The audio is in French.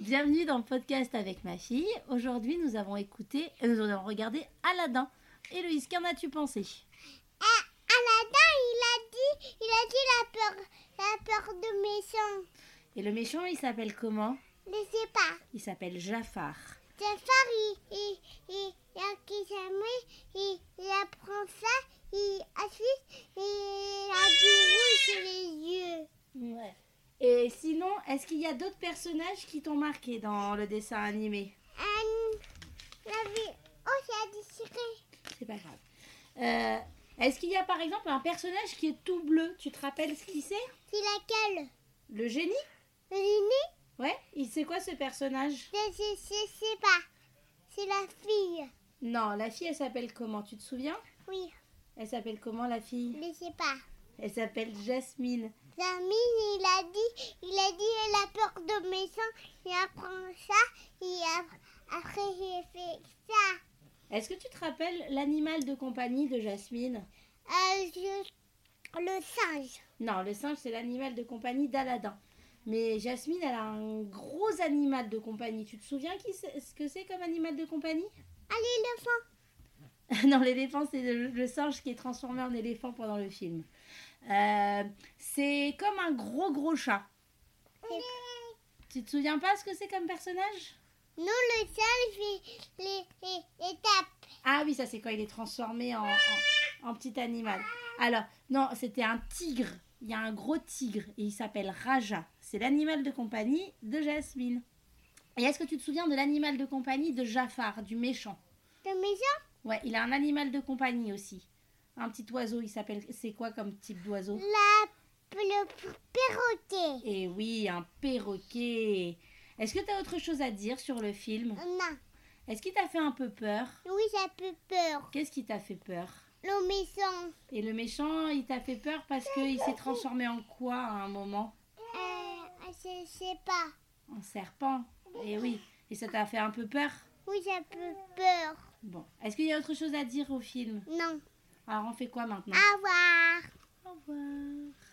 Bienvenue dans le podcast avec ma fille. Aujourd'hui, nous avons écouté et nous avons regardé Aladdin. Héloïse, qu'en as-tu pensé Ah, Aladdin, il a dit, il a dit la peur, la peur de méchant. Et le méchant, il s'appelle comment Laissez pas. Il s'appelle Jafar. Jafar, il, il, il, il a qui jamais, il, il apprend ça, il affiche, il a du rouge sur les yeux. Ouais. Et sinon, est-ce qu'il y a d'autres personnages qui t'ont marqué dans le dessin animé Anne, la vie, oh, ça a déchiré. C'est pas grave. Euh, est-ce qu'il y a par exemple un personnage qui est tout bleu Tu te rappelles ce qui c'est C'est laquelle Le génie Le nid Ouais Il sait quoi ce personnage Je sais, je sais pas. C'est la fille. Non, la fille, elle s'appelle comment Tu te souviens Oui, Elle s'appelle comment la fille laissez pas. Elle s'appelle Jasmine. Zamine, il a dit, il a dit, il a peur de méchant, il apprend ça, et ap- après il fait ça. Est-ce que tu te rappelles l'animal de compagnie de Jasmine Euh, je- le singe, Non, le singe, c'est l'animal de compagnie d'Aladin. Mais Jasmine, elle a un gros animal de compagnie. Tu te souviens qui c'est- ce que c'est comme animal de compagnie à l'éléphant, Non, l'éléphant, c'est le, le singe qui est transformé en éléphant pendant le film. Euh, c'est comme un gros gros chat. Tu te souviens pas ce que c'est comme personnage nous le singe, il, il- il- il tape. Ah oui, ça c'est quand il est transformé en, en- en petit animal. Alors, non, c'était un tigre. Il y a un gros tigre et il s'appelle Raja. C'est l'animal de compagnie de Jasmine. Et est-ce que tu te souviens de l'animal de compagnie de Jafar, du méchant Le méchant, Ouais, il a un animal de compagnie aussi. Un petit oiseau, il s'appelle... C'est quoi comme type d'oiseau la, le p- perroquet. Et oui, un perroquet. Est-ce que tu as autre chose à dire sur le film Non, Est-ce qu'il t'a fait un peu peur oui, ça fait peur. Qu'est-ce qui t'a fait peur Le méchant, Et le méchant, il t'a fait peur parce qu'il s'est transformé en quoi à un moment euh, je sais pas. En serpent. Et oui, et ça t'a fait un peu peur Oui, ça fait peur. Bon, est-ce qu'il y a autre chose à dire au film Non, Alors on fait quoi maintenant au revoir. Au revoir.